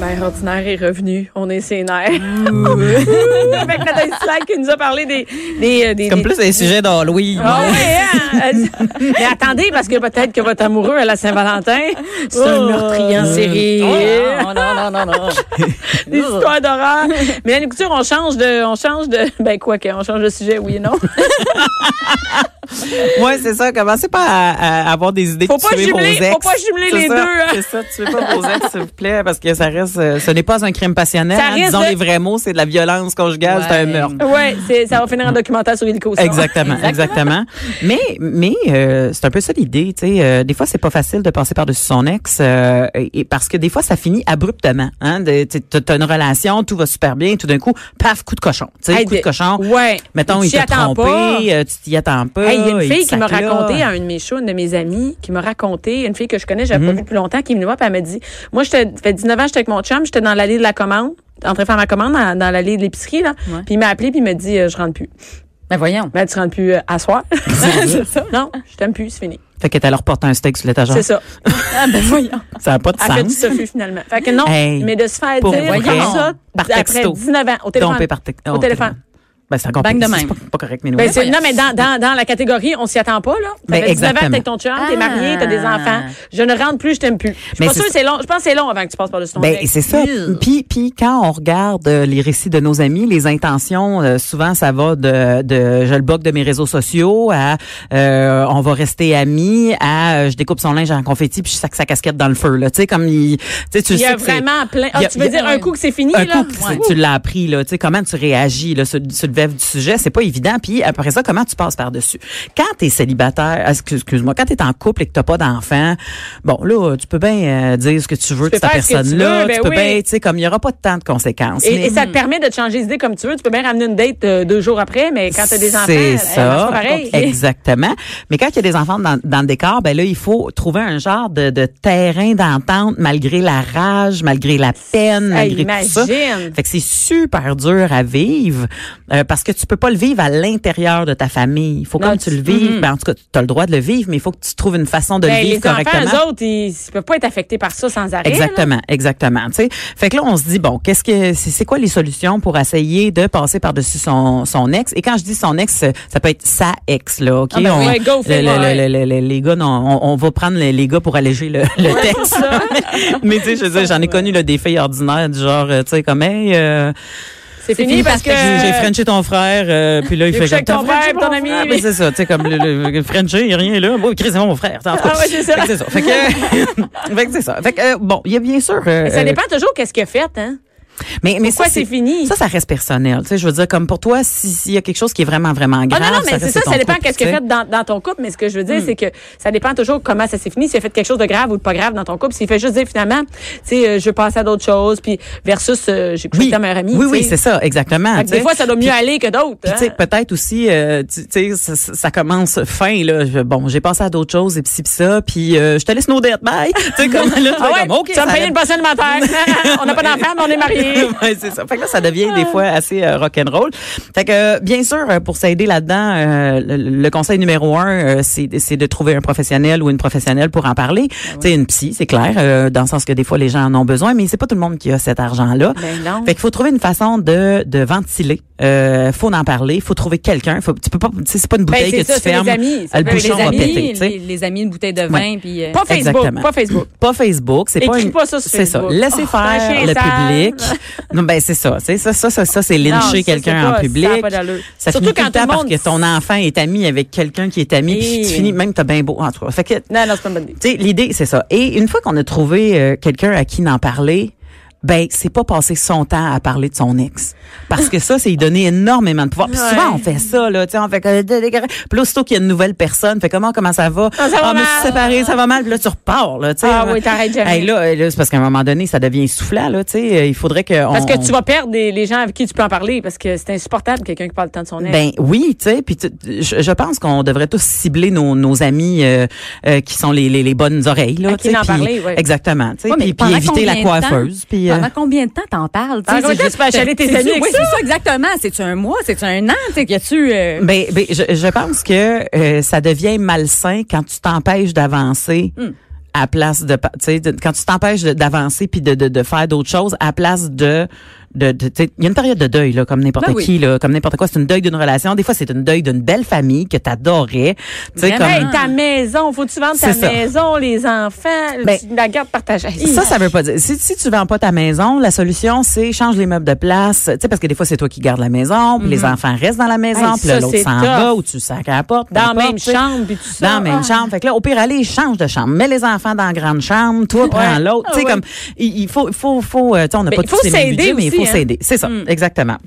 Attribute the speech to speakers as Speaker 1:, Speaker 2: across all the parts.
Speaker 1: Mère ordinaire est revenue. On est ses nerfs. Avec Nathalie Slack qui nous a parlé des. des, euh, des-
Speaker 2: Comme
Speaker 1: des-
Speaker 2: plus des sujets d'Halloween.
Speaker 1: Ah ouais, hein? Mais attendez, parce que peut-être que votre amoureux à la Saint-Valentin, c'est un meurtrier en série.
Speaker 2: Oh, non, non, non, non, non.
Speaker 1: Des histoires d'horreur. Mélanie Couture, on change de. On change de. Ben quoi que, on change de sujet, oui et non.
Speaker 2: Ouais, c'est ça. Commencez pas à, à avoir des idées
Speaker 1: Faut
Speaker 2: de
Speaker 1: pas
Speaker 2: tuer vos
Speaker 1: jumeler-
Speaker 2: ex.
Speaker 1: faut pas jumeler
Speaker 2: C'est
Speaker 1: les
Speaker 2: ça,
Speaker 1: deux, hein.
Speaker 2: C'est ça, tuez pas vos ex, s'il vous plaît, parce que ça reste, euh, ce n'est pas un crime passionnel.
Speaker 1: Ça
Speaker 2: hein.
Speaker 1: risque
Speaker 2: Disons
Speaker 1: de-
Speaker 2: les vrais mots, c'est de la violence conjugale, c'est un
Speaker 3: Ouais.
Speaker 2: meurtre.
Speaker 1: Ouais, c'est- ça va finir en documentaire sur Illico. ça.
Speaker 2: Exactement, exactement. Mais, mais euh, c'est un peu ça l'idée, tu sais. euh, des fois, c'est pas facile de passer par-dessus son ex, euh, et et parce que des fois, ça finit abruptement. Hein, de- tu- t'as t'as une relation, tout va super bien, tout d'un coup, paf, coup de cochon. Tu sais,
Speaker 1: Hey,
Speaker 2: coup de
Speaker 1: de-
Speaker 2: cochon.
Speaker 1: Ouais.
Speaker 2: Mettons,
Speaker 1: Tu
Speaker 2: il
Speaker 1: t'y
Speaker 2: t'a
Speaker 1: attends
Speaker 2: trompé,
Speaker 1: pas.
Speaker 2: euh, tu t'y attends
Speaker 1: Hey,
Speaker 2: pas.
Speaker 1: Il y a une
Speaker 2: et
Speaker 1: fille
Speaker 2: tu
Speaker 1: qui m'a
Speaker 2: sacres là.
Speaker 1: raconté à un de mes shows, une de mes amies, qui m'a raconté, une fille que je connais, j'avais pas vu depuis longtemps, qui est venue me voir, puis elle m'a dit, moi, j'étais, ça fait 19 ans, j'étais avec mon chum, j'étais dans l'allée de la commande, en train de faire ma commande dans, dans l'allée de l'épicerie, là.
Speaker 3: Ouais.
Speaker 1: Puis il m'a appelé, puis il m'a dit, euh, je rentre plus.
Speaker 3: Ben voyons.
Speaker 1: Mais tu rentres plus euh, à soir. C'est ça. Non, je t'aime plus, c'est fini.
Speaker 2: Fait qu'elle t'a leur porté un steak sur l'étagère.
Speaker 1: C'est ça.
Speaker 3: Ah, ben voyons.
Speaker 2: Ça n'a pas de
Speaker 1: Elle fait du
Speaker 2: sens.
Speaker 1: Sophie, finalement. Fait que non,
Speaker 2: Hey,
Speaker 1: mais de se faire
Speaker 2: pour
Speaker 1: dire
Speaker 2: vrai.
Speaker 1: comme ça,
Speaker 2: Par
Speaker 1: après
Speaker 2: texto.
Speaker 1: 19 ans, au téléphone.
Speaker 2: Trompé par tec- oh,
Speaker 1: Au téléphone.
Speaker 2: Ben, c'est encore
Speaker 3: Bang
Speaker 2: pire.
Speaker 3: de
Speaker 2: C'est
Speaker 3: même.
Speaker 2: pas, pas correct, mais nous.
Speaker 1: Ben, c'est- non, mais dans, dans, dans la catégorie, on s'y attend pas, là. Ça
Speaker 2: Ben,
Speaker 1: fait 19 ans que
Speaker 2: exactement.
Speaker 1: t'es avec ton chum, t'es marié, t'as des
Speaker 3: Ah.
Speaker 1: enfants. Je ne rentre plus, je t'aime plus. Je suis
Speaker 2: Mais
Speaker 1: pas
Speaker 2: c'est
Speaker 1: sûre,
Speaker 2: ça.
Speaker 1: c'est long. Je pense que c'est long avant que tu passes par-dessus ton
Speaker 2: Ben,
Speaker 1: ex.
Speaker 2: c'est ça.
Speaker 3: Ew.
Speaker 2: Puis, puis quand on regarde euh, les récits de nos amis, les intentions, euh, souvent ça va de, de je le bloque de mes réseaux sociaux à euh, on va rester amis à euh, je découpe son linge en confetti puis je sac sa casquette dans le feu là. Tu sais comme il, tu sais tu
Speaker 1: Il y
Speaker 2: sais
Speaker 1: a
Speaker 2: que c'est-
Speaker 1: vraiment plein. Ah,
Speaker 2: il y a-
Speaker 1: tu veux
Speaker 2: il y a-
Speaker 1: dire un coup que c'est fini,
Speaker 2: un
Speaker 1: là?
Speaker 2: coup, que
Speaker 1: Ouais.
Speaker 2: c'est- tu l'as appris là, tu sais comment tu réagis là sur, sur le vif du sujet, c'est pas évident. Puis après ça, comment tu passes par dessus Quand t'es célibataire, excuse- excuse-moi, quand t'es en couple et que t'as pas d'enfant, bon là, tu peux bien euh, dire ce que tu veux
Speaker 1: Tu
Speaker 2: de
Speaker 1: peux
Speaker 2: ta
Speaker 1: faire ce que tu
Speaker 2: personne là,
Speaker 1: veux, ben
Speaker 2: peux
Speaker 1: oui.
Speaker 2: bien, tu sais comme il y aura pas tant de conséquences.
Speaker 1: Et,
Speaker 2: Mais-
Speaker 1: et ça te permet de te changer d'idée comme tu veux. Tu peux bien ramener une date euh, deux jours après, mais quand t'as des enfants,
Speaker 2: c'est
Speaker 1: euh,
Speaker 2: ça,
Speaker 1: c'est pareil.
Speaker 2: exactement. Mais quand il y a des enfants dans, dans le décor, ben là, il faut trouver un genre de, de terrain d'entente malgré la rage, malgré la peine,
Speaker 1: Hey,
Speaker 2: malgré tout ça.
Speaker 1: Ah, imagine.
Speaker 2: Fait que c'est super dur à vivre euh, parce que tu peux pas le vivre à l'intérieur de ta famille. Il faut
Speaker 1: Non,
Speaker 2: comme tu
Speaker 1: tu- Mm-hmm.
Speaker 2: le vives. ben, en tout cas, tu as le droit de le vivre, mais il faut que tu trouves une façon de
Speaker 1: Ben,
Speaker 2: le
Speaker 1: les
Speaker 2: vivre correctement.
Speaker 1: enfants, eux autres, ils, ils peuvent pas être affectés par ça sans arrêt. là.
Speaker 2: Exactement, exactement. Tu sais, fait que là on se dit bon, qu'est-ce que c'est c'est quoi les solutions pour essayer de passer par-dessus son son ex Et quand je dis son ex, euh, ça peut être sa ex là, ok
Speaker 1: Ah ben oui, ouais, go for
Speaker 2: le- le-
Speaker 1: it.
Speaker 2: le- le- le- Les gars, non, on, on va prendre les, les gars pour alléger le, le texte.
Speaker 1: ça.
Speaker 2: Mais tu sais, je veux dire, j'en ai connu là, des filles ordinaires du genre, euh, tu sais, comme hey, euh,
Speaker 1: C'est fini, parce que.
Speaker 2: j'ai- j'ai Frenché ton frère, euh, puis là il
Speaker 1: J'ai
Speaker 2: fait
Speaker 1: couché avec
Speaker 2: comme,
Speaker 1: ton
Speaker 2: T'as
Speaker 1: frère,
Speaker 2: Frenché
Speaker 1: ton
Speaker 2: mon
Speaker 1: ami.
Speaker 2: frère? Ben, c'est ça, tu sais comme le, le Frenché, il a rien là. Moi, Chris, c'est mon frère. En tout cas.
Speaker 1: Ah ouais, c'est ça.
Speaker 2: Fait que c'est ça. Fait que, fait que c'est ça. Fait que, euh, bon, il y a bien sûr. euh,
Speaker 1: Ça dépend toujours qu'est-ce qu'il a fait, hein.
Speaker 2: mais, mais
Speaker 1: Pourquoi
Speaker 2: ça,
Speaker 1: c'est fini?
Speaker 2: Ça, ça reste personnel. Tu sais, je veux dire, comme pour toi, si- s'il y a quelque chose qui est vraiment, vraiment
Speaker 1: Ah
Speaker 2: grave.
Speaker 1: non, non, mais
Speaker 2: ça
Speaker 1: c'est
Speaker 2: reste
Speaker 1: ça,
Speaker 2: ton
Speaker 1: ça dépend
Speaker 2: couple,
Speaker 1: qu'est-ce
Speaker 2: tu
Speaker 1: que
Speaker 2: sais. Hmm.
Speaker 1: fait dans, dans ton couple, mais ce que je veux dire, c'est que ça dépend toujours comment ça s'est fini, s'il a fait quelque chose de grave ou de pas grave dans ton couple, s'il fait juste dire finalement, tu sais, euh, je passe à d'autres choses, puis versus euh, j'ai couché
Speaker 2: Oui,
Speaker 1: avec ta meilleure amie.
Speaker 2: oui,
Speaker 1: tu
Speaker 2: oui,
Speaker 1: sais.
Speaker 2: c'est ça, exactement.
Speaker 1: Fait que
Speaker 2: tu
Speaker 1: Des
Speaker 2: sais.
Speaker 1: fois, ça doit mieux
Speaker 2: Puis-
Speaker 1: aller que d'autres.
Speaker 2: Puis,
Speaker 1: hein.
Speaker 2: tu sais, peut-être aussi, euh, tu tu sais, ça, ça- ça commence fin, là. Je- bon, j'ai passé à d'autres choses, et puis ci, puis ça, puis euh, je te laisse nos dettes, bye. Tu sais, comme là, tu
Speaker 1: Ah
Speaker 2: fais
Speaker 1: ouais,
Speaker 2: comme, OK,
Speaker 1: tu vas me
Speaker 2: ça
Speaker 1: payer
Speaker 2: arrête.
Speaker 1: une pension alimentaire. on n'a pas d'enfants, mais on est mariés.
Speaker 2: Ouais, c'est ça. Fait que là, ça devient
Speaker 1: Ah.
Speaker 2: des fois assez euh, rock'n'roll. Fait que, euh, bien sûr, euh, pour s'aider là-dedans, euh, le, le conseil numéro un, euh, c'est c'est de trouver un professionnel ou une professionnelle pour en parler.
Speaker 1: Ah
Speaker 2: Tu sais, une psy, c'est clair, euh, dans le sens que des fois, les gens en ont besoin, mais c'est pas tout le monde qui a cet argent-là.
Speaker 1: Ben non.
Speaker 2: Fait qu'il faut trouver une façon de, de ventiler. Euh, faut en parler. Faut trouver quelqu'un. Faut, tu peux pas, tu sais, Ben, c'est pas une
Speaker 1: Ben,
Speaker 2: bouteille
Speaker 1: c'est
Speaker 2: que
Speaker 1: ça,
Speaker 2: tu
Speaker 1: c'est des
Speaker 2: fermes.
Speaker 1: amis. Ça
Speaker 2: Le
Speaker 1: peut être
Speaker 3: les
Speaker 2: bouchon va
Speaker 3: amis,
Speaker 2: péter. tu sais.
Speaker 3: les, les amis, une bouteille de vin, puis... euh,
Speaker 1: Pas Facebook,
Speaker 2: Exactement.
Speaker 1: pas Facebook.
Speaker 2: Pas Facebook, c'est pas
Speaker 1: Écris
Speaker 2: une-
Speaker 1: pas ça sur
Speaker 2: c'est ça.
Speaker 1: Facebook.
Speaker 2: Laissez
Speaker 1: Oh,
Speaker 2: faire
Speaker 1: c'est un chien
Speaker 2: le
Speaker 1: sale.
Speaker 2: public. non ben c'est ça, c'est ça ça ça, ça, c'est
Speaker 1: Non, ça,
Speaker 2: lyncher
Speaker 1: c'est
Speaker 2: quelqu'un
Speaker 1: pas-
Speaker 2: en
Speaker 1: ça a
Speaker 2: public.
Speaker 1: pas d'allure.
Speaker 2: Ça
Speaker 1: Surtout
Speaker 2: finit tout
Speaker 1: quand
Speaker 2: le
Speaker 1: tout
Speaker 2: temps
Speaker 1: le
Speaker 2: parce
Speaker 1: monde-
Speaker 2: que ton enfant est ami avec quelqu'un qui est ami puis
Speaker 1: Et-
Speaker 2: tu finis même t'as bien beau en tout cas. Fait que
Speaker 1: Non, non, c'est pas une bonne idée.
Speaker 2: tu sais, l'idée, c'est ça. Et une fois qu'on a trouvé euh, quelqu'un à qui n'en parler, ben, c'est pas passer son temps à parler de son ex. Parce que ça, c'est lui donner énormément de pouvoir. Puis souvent, on fait ça, là, tu sais, on fait que... Puis là, aussitôt qu'il y a une nouvelle personne, fait comment, comment ça va?
Speaker 1: Ah, ça va
Speaker 2: ah, mais
Speaker 1: mal.
Speaker 2: je suis séparée, ça va mal. Puis là, tu repars, là, tu sais.
Speaker 1: Ah oui, t'arrêtes jamais.
Speaker 2: Hey, là, euh, là, c'est parce qu'à un moment donné, ça devient soufflant, là, tu sais. euh, Il faudrait que...
Speaker 1: Parce
Speaker 2: on-
Speaker 1: que tu vas perdre des- les gens avec qui tu peux en parler, parce que c'est insupportable, quelqu'un qui parle tant de son ex.
Speaker 2: Ben oui, tu sais, puis tu- je, je pense qu'on devrait tous cibler nos, nos amis euh, euh, qui sont les, les, les bonnes oreilles là,
Speaker 1: À
Speaker 2: tu
Speaker 1: qui
Speaker 2: sais,
Speaker 1: d'en
Speaker 2: puis-
Speaker 1: parler, ouais.
Speaker 2: Exactement, tu sais,
Speaker 3: Ouais, mais
Speaker 2: puis- puis
Speaker 3: pendant
Speaker 2: éviter la
Speaker 3: combien de temps-
Speaker 2: coiffeuse, puis euh,
Speaker 3: Pendant combien de temps t'en parles?
Speaker 1: Pendant combien de temps
Speaker 3: je-
Speaker 1: tu peux achaler tes
Speaker 3: c'est-
Speaker 1: amis
Speaker 3: c'est-
Speaker 1: avec
Speaker 3: Oui,
Speaker 1: ça?
Speaker 3: c'est ça, exactement. C'est-tu un mois? C'est-tu un an? C'est que tu... euh,
Speaker 2: ben,
Speaker 3: Hmm.
Speaker 2: ben, je, je pense que euh, ça devient malsain quand tu t'empêches d'avancer. à place de, pa- tu sais, de- quand tu t'empêches de- d'avancer puis de, de, de faire d'autres choses, à place de, de, de- tu sais, il y a une période de deuil là, comme n'importe
Speaker 3: Ben oui.
Speaker 2: qui là, comme n'importe quoi, c'est une deuil d'une relation. Des fois, c'est une deuil d'une belle famille que t'adorais, tu sais,
Speaker 3: Vraiment.
Speaker 2: comme
Speaker 1: Hey, ta maison, faut-tu vendre
Speaker 2: C'est
Speaker 1: ta
Speaker 2: ça.
Speaker 1: maison, les enfants,
Speaker 2: Ben,
Speaker 1: tu- la garde partagée.
Speaker 2: Ça, ça veut pas dire. Si, si tu vends pas ta maison, la solution, c'est change les meubles de place. Tu sais, parce que des fois, c'est toi qui gardes la maison, puis les enfants restent dans la maison,
Speaker 1: Mhm. Hey,
Speaker 2: puis là,
Speaker 1: ça,
Speaker 2: l'autre
Speaker 1: c'est
Speaker 2: s'en
Speaker 1: tough.
Speaker 2: va, ou tu sacs à la porte. peu
Speaker 1: dans la
Speaker 2: importe,
Speaker 1: même
Speaker 2: tu sais.
Speaker 1: chambre puis tout ça.
Speaker 2: Dans la même
Speaker 1: Ah.
Speaker 2: chambre. Fait que là, au pire, allez, change de chambre. Mets les enfants dans la grande chambre, toi, prends l'autre. Tu sais,
Speaker 1: Ah ouais.
Speaker 2: comme, il, il faut, il faut, faut, euh, tu sais, on n'a
Speaker 1: Ben,
Speaker 2: pas
Speaker 1: il
Speaker 2: tous
Speaker 1: faut
Speaker 2: les mêmes
Speaker 1: s'aider
Speaker 2: budgets, mais il
Speaker 1: aussi,
Speaker 2: faut
Speaker 1: hein.
Speaker 2: s'aider. C'est ça, exactement.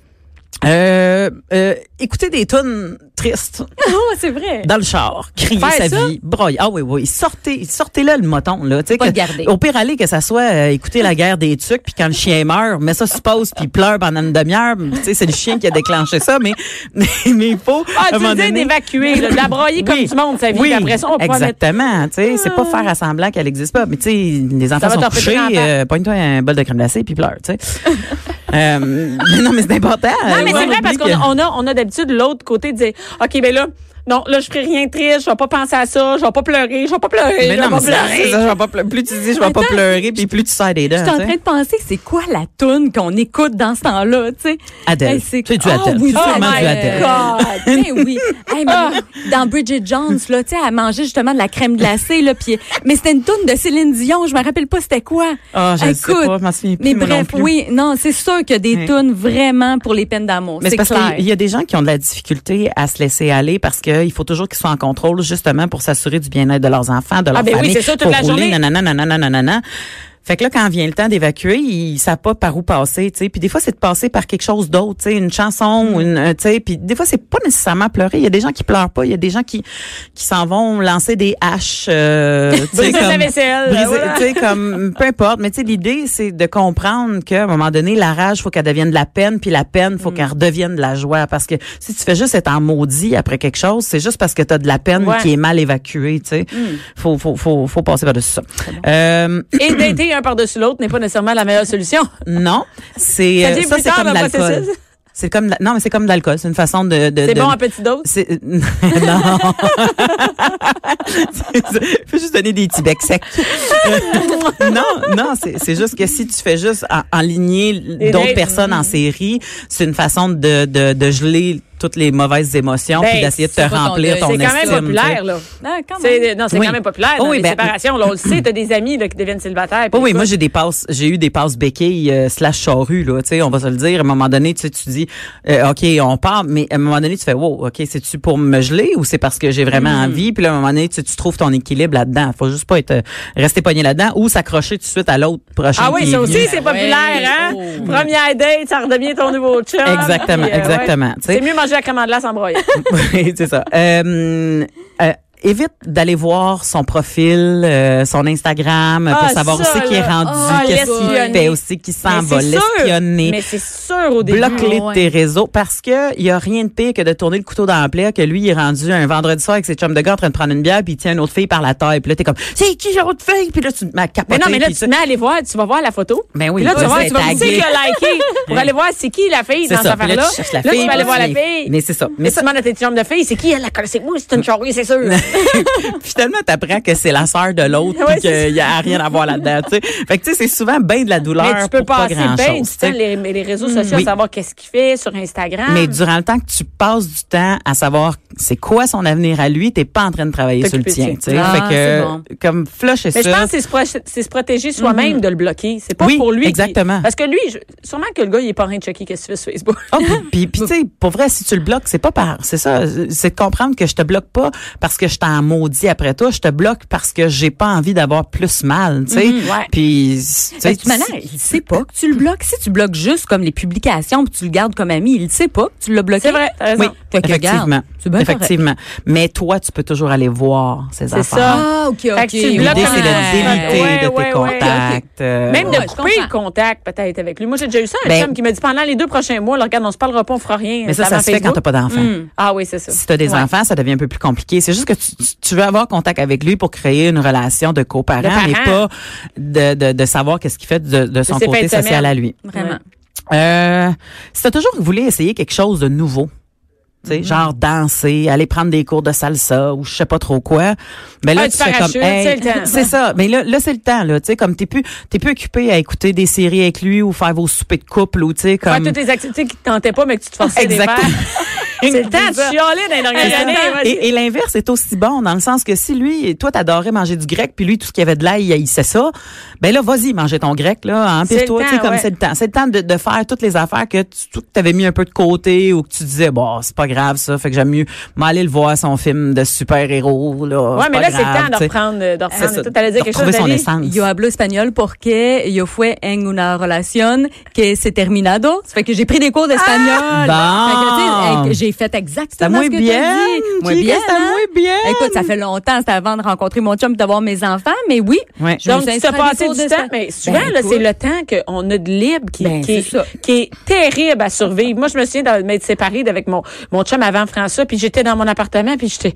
Speaker 2: Euh, euh, écouter des tunes tristes
Speaker 3: Oh, c'est vrai.
Speaker 2: dans le char, crier
Speaker 1: Faire
Speaker 2: sa
Speaker 1: ça?
Speaker 2: vie, broyer. Ah oui, oui. Sortez, sortez là le moton, là. Tu sais,
Speaker 3: Pas
Speaker 2: que-
Speaker 3: le garder.
Speaker 2: Au pire, aller que ça soit euh, écouter la guerre des tucs, puis quand le chien meurt, mais ça se pose, puis il pleure pendant une demi-heure. Tu sais, c'est le chien qui a déclenché ça, mais, mais, mais il faut.
Speaker 1: Ah,
Speaker 2: à un
Speaker 1: tu
Speaker 2: moment
Speaker 1: disais
Speaker 2: donné-
Speaker 1: d'évacuer, là, de la broyer comme
Speaker 2: Oui.
Speaker 1: du monde, sa vie.
Speaker 2: Oui,
Speaker 1: puis après ça, on pourra mettre
Speaker 2: exactement. Tu sais, c'est pas faire à semblant qu'elle n'existe pas. Mais tu sais, les
Speaker 1: Ah.
Speaker 2: enfants
Speaker 1: va
Speaker 2: sont
Speaker 1: te repeter
Speaker 2: couchés,
Speaker 1: dans la patte.
Speaker 2: euh, pogne-toi un bol de crème glacée puis pleure. Tu sais. Euh, mais non, mais c'est important.
Speaker 1: Non, mais
Speaker 2: Ouais,
Speaker 1: c'est vrai
Speaker 2: Euh, on
Speaker 1: parce
Speaker 2: oublie
Speaker 1: qu'on
Speaker 2: que-
Speaker 1: a, on a, on a d'habitude l'autre côté de dire OK, ben là, non, là, je ferai rien de triste, je vais pas penser à ça, je vais pas pleurer, je vais pas pleurer, je
Speaker 2: Mais
Speaker 1: vais
Speaker 2: non, mais
Speaker 1: pas
Speaker 2: c'est- c'est
Speaker 1: pleurer.
Speaker 2: ça, je vais pas pleurer. Plus tu dis, je vais pas
Speaker 3: Attends.
Speaker 2: pleurer, puis plus tu sers des dents.
Speaker 3: Je suis en
Speaker 2: tu sais.
Speaker 3: train de penser, c'est quoi la toune qu'on écoute dans ce temps-là, tu sais?
Speaker 2: Adèle. C'est du
Speaker 3: Ah
Speaker 2: Adèle.
Speaker 3: oui,
Speaker 2: C'est sûrement
Speaker 3: my
Speaker 2: du Adèle.
Speaker 3: God. Ben oui. Hey, mais dans Bridget Jones, là, tu sais, elle mangeait justement de la crème glacée, là, puis mais c'était une toune de Céline Dion, je me rappelle pas c'était quoi.
Speaker 2: Ah, je sais
Speaker 3: Écoute,
Speaker 2: pas, je m'en souviens plus,
Speaker 3: Mais
Speaker 2: moi non
Speaker 3: bref,
Speaker 2: plus.
Speaker 3: oui, non, c'est sûr qu'il y a des
Speaker 2: Ouais.
Speaker 3: tounes vraiment pour les peines d'amour.
Speaker 2: Mais c'est
Speaker 3: C'est
Speaker 2: parce
Speaker 3: clair.
Speaker 2: qu'il y a des gens qui ont de la difficulté à se laisser aller parce qu'il faut toujours qu'ils soient en contrôle justement pour s'assurer du bien-être de leurs enfants, de leur
Speaker 1: Ah, ben oui,
Speaker 2: famille.
Speaker 1: c'est ça, toute
Speaker 2: pour
Speaker 1: la
Speaker 2: rouler,
Speaker 1: journée.
Speaker 2: Nanana, nanana, nanana. Fait que là, quand vient le temps d'évacuer, ils savent pas par où passer, tu sais. Puis des fois, c'est de passer par quelque chose d'autre, tu sais, une chanson, ou une, euh, tu sais. Puis des fois, c'est pas nécessairement pleurer. Il y a des gens qui pleurent pas. Il y a des gens qui qui s'en vont lancer des haches, euh, tu sais,
Speaker 1: Briser de la
Speaker 2: comme-
Speaker 1: vaisselle,
Speaker 2: briser-
Speaker 1: Ben voilà.
Speaker 2: tu sais, comme peu importe mais tu sais l'idée c'est de comprendre qu'à un moment donné la rage faut qu'elle devienne de la peine puis la peine
Speaker 1: Mm.
Speaker 2: faut qu'elle redevienne de la joie parce que si tu fais juste être en maudit après quelque chose c'est juste parce que tu as de la peine
Speaker 1: Ouais. Mm.
Speaker 2: qui est mal évacuée tu sais faut faut faut faut passer par dessus ça Euh,
Speaker 1: Et d'aider un par-dessus l'autre n'est pas nécessairement la meilleure solution.
Speaker 2: non c'est
Speaker 1: Ça
Speaker 2: euh,
Speaker 1: dit
Speaker 2: ça
Speaker 1: plus
Speaker 2: c'est
Speaker 1: tard
Speaker 2: comme
Speaker 1: dans le
Speaker 2: l'alcool
Speaker 1: processus.
Speaker 2: c'est comme la- non mais c'est comme de l'alcool c'est une façon de, de
Speaker 1: C'est
Speaker 2: de-
Speaker 1: bon à petite dose.
Speaker 2: c'est euh, non. Je peux juste donner des petits becs secs. Euh, non, non, c'est c'est juste que si tu fais juste en- enligner d'autres
Speaker 1: dates.
Speaker 2: personnes en série, c'est une façon de, de, de geler toutes les mauvaises émotions
Speaker 1: Ben,
Speaker 2: puis d'essayer de te
Speaker 3: c'est pas ton
Speaker 2: remplir
Speaker 3: deuil.
Speaker 2: ton
Speaker 1: C'est quand
Speaker 2: estime,
Speaker 1: même populaire, là.
Speaker 3: Ah, quand même.
Speaker 1: C'est- Non, c'est
Speaker 2: Oui.
Speaker 1: quand même populaire.
Speaker 2: Oh
Speaker 1: dans
Speaker 2: oui,
Speaker 1: les
Speaker 2: ben- Oh
Speaker 1: séparations, là, on le sait, t'as des amis là, qui deviennent célibataires. puis
Speaker 2: Oui, oui, moi
Speaker 1: écoute,
Speaker 2: j'ai des passes, j'ai eu des passes béquilles euh, slash charrues là, tu sais, on va se le dire. À un moment donné, tu sais, tu dis, euh, ok, on part, mais à un moment donné, tu fais, wow, ok, c'est tu pour me geler ou c'est parce que j'ai vraiment
Speaker 1: Mm.
Speaker 2: envie. Puis là, à un moment donné, tu, sais, tu trouves ton équilibre là-dedans. Faut juste pas être euh, rester pogné là-dedans ou s'accrocher tout de suite à l'autre prochain.
Speaker 1: Ah oui,
Speaker 2: qui est
Speaker 1: ça aussi,
Speaker 2: venu.
Speaker 1: c'est
Speaker 3: Ben
Speaker 1: populaire,
Speaker 3: ouais.
Speaker 1: hein?
Speaker 3: Oh.
Speaker 1: Première date, ça redevient ton nouveau chum.
Speaker 2: Exactement,
Speaker 1: puis, euh, ouais.
Speaker 2: exactement, tu sais.
Speaker 1: C'est mieux manger la commande glace en broyant.
Speaker 2: Oui, c'est ça. Euh, euh, évite d'aller voir son profil, euh, son Instagram,
Speaker 1: Ah,
Speaker 2: pour savoir
Speaker 1: ça,
Speaker 2: aussi qui est
Speaker 1: là.
Speaker 2: rendu,
Speaker 3: Ah,
Speaker 2: qu'est-ce qu'il
Speaker 1: l'espionner.
Speaker 2: fait aussi, qui s'en
Speaker 1: Mais
Speaker 2: va,
Speaker 1: c'est sûr.
Speaker 2: l'espionner.
Speaker 1: Mais c'est sûr au début.
Speaker 2: Bloque-les de
Speaker 3: Ouais.
Speaker 2: tes réseaux parce que y a rien de pire que de tourner le couteau dans la plaie que lui il est rendu un vendredi soir avec ses chums de gars en train de prendre une bière puis il tient une autre fille par la taille puis là t'es comme c'est qui l'autre fille puis là tu te mets à
Speaker 1: Mais
Speaker 2: capoter
Speaker 1: non, mais là,
Speaker 2: puis
Speaker 1: tu te
Speaker 2: ça-
Speaker 1: mets à aller voir, tu vas voir la photo.
Speaker 2: Ben oui,
Speaker 1: Puis là,
Speaker 2: tu
Speaker 1: tu vas
Speaker 2: vas
Speaker 1: voir,
Speaker 2: être
Speaker 1: tu vas tu sais
Speaker 2: tagué.
Speaker 1: qu'il a liké pour aller voir c'est qui la fille
Speaker 2: c'est
Speaker 1: dans cette
Speaker 2: ça Puis
Speaker 1: affaire-là.
Speaker 2: là, tu cherches la
Speaker 1: Là,
Speaker 2: fille
Speaker 1: tu vas aller
Speaker 2: puis
Speaker 1: voir la
Speaker 2: viens-
Speaker 1: fille.
Speaker 2: mais c'est ça mais
Speaker 1: Mais tu
Speaker 2: ça
Speaker 1: demandes à tes chums de fille, c'est qui elle la connaissait? Moi, c'est une charrue, c'est sûr.
Speaker 2: finalement t'apprends que c'est la sœur de l'autre
Speaker 1: Ouais,
Speaker 2: puis
Speaker 1: c'est
Speaker 2: qu'il y a rien à voir là-dedans tu sais fait que tu sais c'est souvent ben de la douleur
Speaker 1: Mais tu peux
Speaker 2: pour pas
Speaker 1: passer
Speaker 2: grand
Speaker 1: bien
Speaker 2: chose
Speaker 1: du temps les, les réseaux sociaux
Speaker 2: Oui.
Speaker 1: à savoir qu'est-ce qu'il fait sur Instagram.
Speaker 2: Mais durant le temps que tu passes du temps à savoir c'est quoi son avenir à lui, t'es pas en train de travailler sur le
Speaker 1: T'occuper de
Speaker 2: tien. tu sais.
Speaker 3: Ah,
Speaker 2: fait que
Speaker 3: c'est bon.
Speaker 2: comme flush et
Speaker 1: Mais je pense
Speaker 2: ça. Mhm.
Speaker 1: que c'est se, pro- c'est se protéger soi-même de le bloquer. C'est pas
Speaker 2: Oui,
Speaker 1: pour lui. qui-
Speaker 2: exactement.
Speaker 1: Parce que lui, je- sûrement que le gars, il est pas en train de checker qu'est-ce qu'il fait sur Facebook.
Speaker 2: Oh, puis, puis, puis, tu sais, pour vrai, si tu le bloques, c'est pas par, c'est ça, c'est de comprendre que je te bloque pas parce que je t'en maudis après toi, je te bloque parce que j'ai pas envie d'avoir plus mal, tu sais.
Speaker 1: Mm-hmm, ouais. Ben,
Speaker 2: Puis, tu sais,
Speaker 3: Parce que de toute manière, il sait pas que tu le bloques. Si tu bloques juste comme les publications puis tu le gardes comme ami, il sait pas que tu l'as bloqué.
Speaker 1: C'est vrai, t'as raison.
Speaker 2: oui,
Speaker 3: Fait que
Speaker 2: effectivement,
Speaker 3: regarde, c'est bien correct.
Speaker 2: effectivement. Mais toi, tu peux toujours aller voir ces
Speaker 1: C'est
Speaker 2: affaires.
Speaker 1: ça.
Speaker 3: Ah, ok, ok.
Speaker 1: Fait que tu le
Speaker 3: oui.
Speaker 1: bloques
Speaker 2: L'idée,
Speaker 1: comme
Speaker 2: c'est
Speaker 1: un-
Speaker 2: de déliter
Speaker 1: Ouais,
Speaker 2: de tes
Speaker 1: ouais, ouais.
Speaker 2: contacts. euh,
Speaker 1: Même
Speaker 3: Ouais,
Speaker 1: de
Speaker 3: je
Speaker 1: couper le
Speaker 3: comprends.
Speaker 1: contact peut-être avec lui. Moi, j'ai déjà eu ça. Un
Speaker 2: Ben-
Speaker 1: chum qui m'a dit pendant les deux prochains mois, là, regarde, on se parlera pas, on fera rien.
Speaker 2: Mais ça,
Speaker 1: Avant
Speaker 2: ça se fait quand
Speaker 1: Facebook.
Speaker 2: t'as pas d'enfants.
Speaker 1: Ah oui, c'est ça.
Speaker 2: Si t'as des
Speaker 1: Ouais.
Speaker 2: enfants, ça devient un peu plus compliqué. C'est juste que tu, tu- tu veux avoir contact avec lui pour créer une relation de coparent,
Speaker 1: De parents.
Speaker 2: mais pas de, de, de savoir qu'est-ce qu'il fait de, de son
Speaker 1: ses fins
Speaker 2: côté
Speaker 1: de semaine.
Speaker 2: social à lui.
Speaker 3: Vraiment.
Speaker 2: Euh, si t'as toujours voulu essayer quelque chose de nouveau, tu
Speaker 1: Mm-hmm.
Speaker 2: sais, genre danser, aller prendre des cours de salsa ou je sais pas trop quoi. Mais là
Speaker 1: Ah, du
Speaker 2: tu fais comme
Speaker 1: parachute,
Speaker 2: hey,
Speaker 1: c'est le temps.
Speaker 2: c'est ça, mais là là c'est le temps là, tu sais comme t'es plus t'es plus occupé à écouter des séries avec lui ou faire vos soupers de couple ou tu sais
Speaker 1: Faire
Speaker 2: comme
Speaker 1: toutes les activités qui te tentaient pas, mais que tu te forçais à les
Speaker 2: Exactement.
Speaker 1: faire. C'est le temps de chialer dans les dernières
Speaker 2: C'est
Speaker 1: années.
Speaker 2: ça. Ben,
Speaker 1: ouais,
Speaker 2: Et, et l'inverse est aussi bon, dans le sens que si lui, toi, t'adorais manger du grec, puis lui, tout ce qu'il y avait de l'ail, il haïssait ça, ben là, vas-y, manger ton grec, là, hein. empire-toi,
Speaker 1: C'est le
Speaker 2: tu sais,
Speaker 1: temps,
Speaker 2: comme
Speaker 1: ouais.
Speaker 2: c'est le temps. C'est le temps de, de faire toutes les affaires que tu avais mis un peu de côté ou que tu disais, bon, c'est pas grave, ça, fait que j'aime mieux m'aller le voir, son film de super-héros, là.
Speaker 1: Ouais, mais
Speaker 2: pas
Speaker 1: là, c'est le
Speaker 2: grave,
Speaker 1: temps de
Speaker 2: tu sais.
Speaker 1: reprendre, de
Speaker 2: C'est ça,
Speaker 1: reprendre. Toi, t'allais
Speaker 2: de
Speaker 1: dire quelque chose,
Speaker 2: retrouver son
Speaker 1: Dali?
Speaker 2: essence.
Speaker 3: Yo hablo espagnol porque yo fue en una relación que se terminado. Ça fait que j'ai pris des cours d'espagnol.
Speaker 2: Ah!
Speaker 3: Fait que,
Speaker 2: Bon.
Speaker 3: tu sais, hey, j'ai fait
Speaker 2: Está
Speaker 3: exactement
Speaker 2: muy
Speaker 3: ce que tu
Speaker 2: bien,
Speaker 3: dit. Muy
Speaker 2: chica,
Speaker 3: bien,
Speaker 2: está
Speaker 3: hein?
Speaker 2: muy bien.
Speaker 3: Écoute, ça fait longtemps, c'était avant de rencontrer mon chum et d'avoir mes enfants, mais oui.
Speaker 2: Ouais.
Speaker 3: me
Speaker 1: Donc,
Speaker 3: suis
Speaker 1: tu t'as
Speaker 3: inscrite à des
Speaker 1: passé
Speaker 3: cours
Speaker 1: du
Speaker 3: d'espagnol.
Speaker 1: temps. Mais souvent,
Speaker 3: Ben,
Speaker 1: là,
Speaker 3: écoute.
Speaker 1: c'est le temps qu'on a de libre qui,
Speaker 3: Ben,
Speaker 1: qui, est-
Speaker 3: c'est ça.
Speaker 1: qui est terrible à survivre. Moi, je me souviens de m'être séparée d'avec mon, mon chum avant François, puis j'étais dans mon appartement, puis j'étais,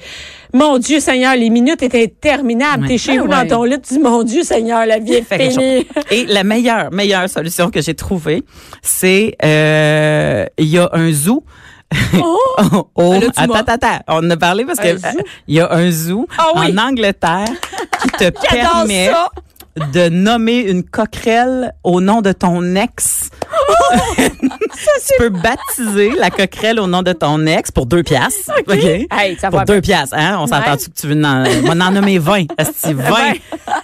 Speaker 1: mon Dieu Seigneur, les minutes étaient interminables.
Speaker 2: Ouais.
Speaker 1: T'es chez
Speaker 3: Ah
Speaker 1: vous
Speaker 3: ouais.
Speaker 1: dans ton lit, tu dis, mon Dieu Seigneur, la vie est
Speaker 2: Fait quelque
Speaker 1: finie.
Speaker 2: chose. Et la meilleure, meilleure solution que j'ai trouvée, c'est euh, il y a un zoo. Oh,
Speaker 3: Ah, là, tu
Speaker 2: attends,
Speaker 3: m'as.
Speaker 2: attends, attends. on en a parlé parce que
Speaker 1: Un zoo?
Speaker 2: euh, il y a un zoo
Speaker 1: Ah oui.
Speaker 2: en Angleterre qui te
Speaker 1: J'adore
Speaker 2: permet
Speaker 1: ça.
Speaker 2: de nommer une coquerelle au nom de ton ex.
Speaker 1: Oh!
Speaker 2: tu peux baptiser la coquerelle au nom de ton ex pour deux piastres. OK.
Speaker 1: Hey, ça
Speaker 2: pour
Speaker 1: va
Speaker 2: deux piastres, hein? On s'entend tu que tu veux en, on en nommer 20? Asti, 20.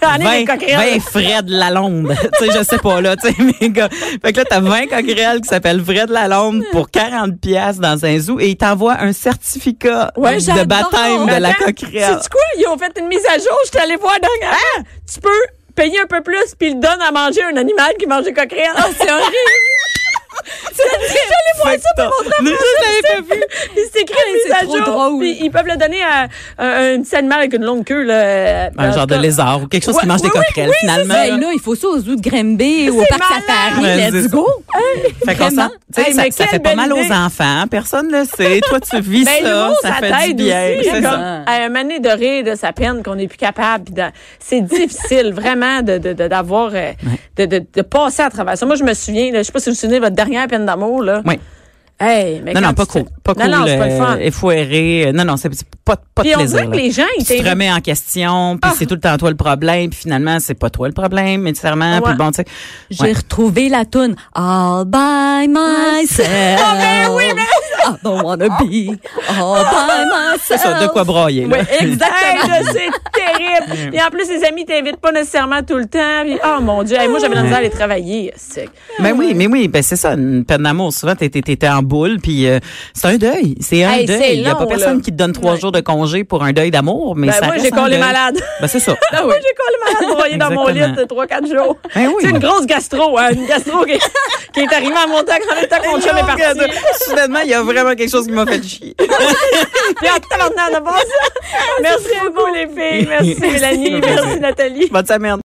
Speaker 1: J'en ai des
Speaker 2: 20,
Speaker 1: coquerelles.
Speaker 2: 20 Fred Lalonde. tu sais, je sais pas, là, tu sais, mes gars. Fait que là, t'as 20 coquerelles qui s'appellent Fred Lalonde pour 40 piastres dans un zoo et ils t'envoient un certificat
Speaker 3: Ouais,
Speaker 2: de
Speaker 3: j'adore.
Speaker 2: baptême de la
Speaker 1: Attends,
Speaker 2: coquerelle.
Speaker 1: sais-tu quoi? Ils ont fait une mise à jour. Je suis allée voir dernièrement.
Speaker 2: Hein?
Speaker 1: Tu peux payer un peu plus, puis le donne à manger à un animal qui mange des coquerelles.
Speaker 2: Oh,
Speaker 1: c'est horrible. Je suis allée voir ça pour montrer à
Speaker 2: Mais ça, je l'avais
Speaker 1: François.
Speaker 2: pas vu.
Speaker 1: Puis c'est écrit
Speaker 3: Hey,
Speaker 1: une mise
Speaker 3: c'est
Speaker 1: à
Speaker 3: trop
Speaker 1: jour.
Speaker 3: drôle.
Speaker 1: Puis ils peuvent le donner à, à un petit animal avec une longue queue. Là,
Speaker 2: Un genre de lézard ou quelque chose qui
Speaker 1: Ouais,
Speaker 2: mange des
Speaker 1: oui, oui,
Speaker 2: coquerelles,
Speaker 1: oui, c'est
Speaker 2: finalement.
Speaker 3: Ben là, il faut ça aux zoo de Grimby ou au parc
Speaker 1: malade.
Speaker 3: safari.
Speaker 2: Ouais, c'est
Speaker 3: Let's go.
Speaker 2: Fait qu'on
Speaker 3: Vraiment?
Speaker 2: s'en- tu sais,
Speaker 1: Hey,
Speaker 2: ça,
Speaker 1: mais
Speaker 2: ça
Speaker 1: quelle
Speaker 2: fait pas
Speaker 1: belle
Speaker 2: mal
Speaker 1: idée.
Speaker 2: aux enfants. Personne ne le sait. Toi, tu vis
Speaker 1: Ben,
Speaker 2: ça.
Speaker 1: l'humour,
Speaker 2: Ça,
Speaker 1: ça,
Speaker 2: fait du
Speaker 1: t'aide aussi.
Speaker 2: bien.
Speaker 1: là,
Speaker 2: C'est
Speaker 1: comme,
Speaker 2: ça.
Speaker 1: à un mané de rire de sa peine qu'on n'est plus capable. puis de- C'est difficile vraiment de de- de- d'avoir euh, de, de, de passer à travers ça. Moi, je me souviens, là, je sais pas si vous vous souvenez de votre dernière peine d'amour là.
Speaker 2: Oui.
Speaker 1: Hey, mais
Speaker 2: Non,
Speaker 1: quand
Speaker 2: non, pas
Speaker 1: tu te-
Speaker 2: cool. Pas cool.
Speaker 1: Non, non, c'est pas le
Speaker 2: euh,
Speaker 1: fun.
Speaker 2: Effoiré. Non, non, c'est c'est pas, pas de
Speaker 1: Puis on
Speaker 2: plaisir.
Speaker 1: dirait que
Speaker 2: là.
Speaker 1: les gens, ils
Speaker 2: tu te
Speaker 1: t'invitent-
Speaker 2: remets en question,
Speaker 1: Ah.
Speaker 2: puis c'est tout le temps toi le problème, puis finalement, c'est pas toi le problème, nécessairement.
Speaker 1: Ouais.
Speaker 2: Puis bon, tu sais.
Speaker 3: J'ai
Speaker 2: ouais.
Speaker 3: retrouvé la toune All by myself.
Speaker 1: Ah,
Speaker 3: Oh, ben oui, I don't wanna be all by myself.
Speaker 2: C'est ça, de quoi broyer. là.
Speaker 1: Oui, exactement. Hey, là, c'est terrible. Et en plus, les amis t'invitent pas nécessairement tout le temps. Puis, oh mon Dieu, hey, moi, j'avais la misère à aller travailler. C'est-
Speaker 2: Mais oui, mais oui, ben c'est ça, une peine d'amour. Souvent, t'es- t'es- t'étais en boule, puis euh, c'est un deuil. C'est un
Speaker 1: Hey,
Speaker 2: deuil.
Speaker 1: c'est
Speaker 2: Il y a pas
Speaker 1: long,
Speaker 2: personne
Speaker 1: là.
Speaker 2: qui te donne trois
Speaker 1: Ouais.
Speaker 2: jours de congé pour un deuil d'amour, mais
Speaker 1: Ben,
Speaker 2: ça
Speaker 1: moi,
Speaker 2: reste
Speaker 1: j'ai
Speaker 2: un
Speaker 1: collé
Speaker 2: deuil.
Speaker 1: malade.
Speaker 2: Ben c'est ça.
Speaker 1: Ah oui, j'ai collé malade broyé dans mon lit
Speaker 2: Exactement.
Speaker 1: de 3-4 jours.
Speaker 2: Ben oui.
Speaker 1: C'est une grosse gastro, hein, une gastro qui, qui est arrivée à mon temps quand le temps que mon chum est parti.
Speaker 2: Soudainement, il y a vraiment quelque chose qui m'a fait chier.
Speaker 1: Puis oh, en tabarnak, on a passé. Merci beaucoup, les filles. Merci, Mélanie. Merci, Nathalie.
Speaker 2: Bonne semaine.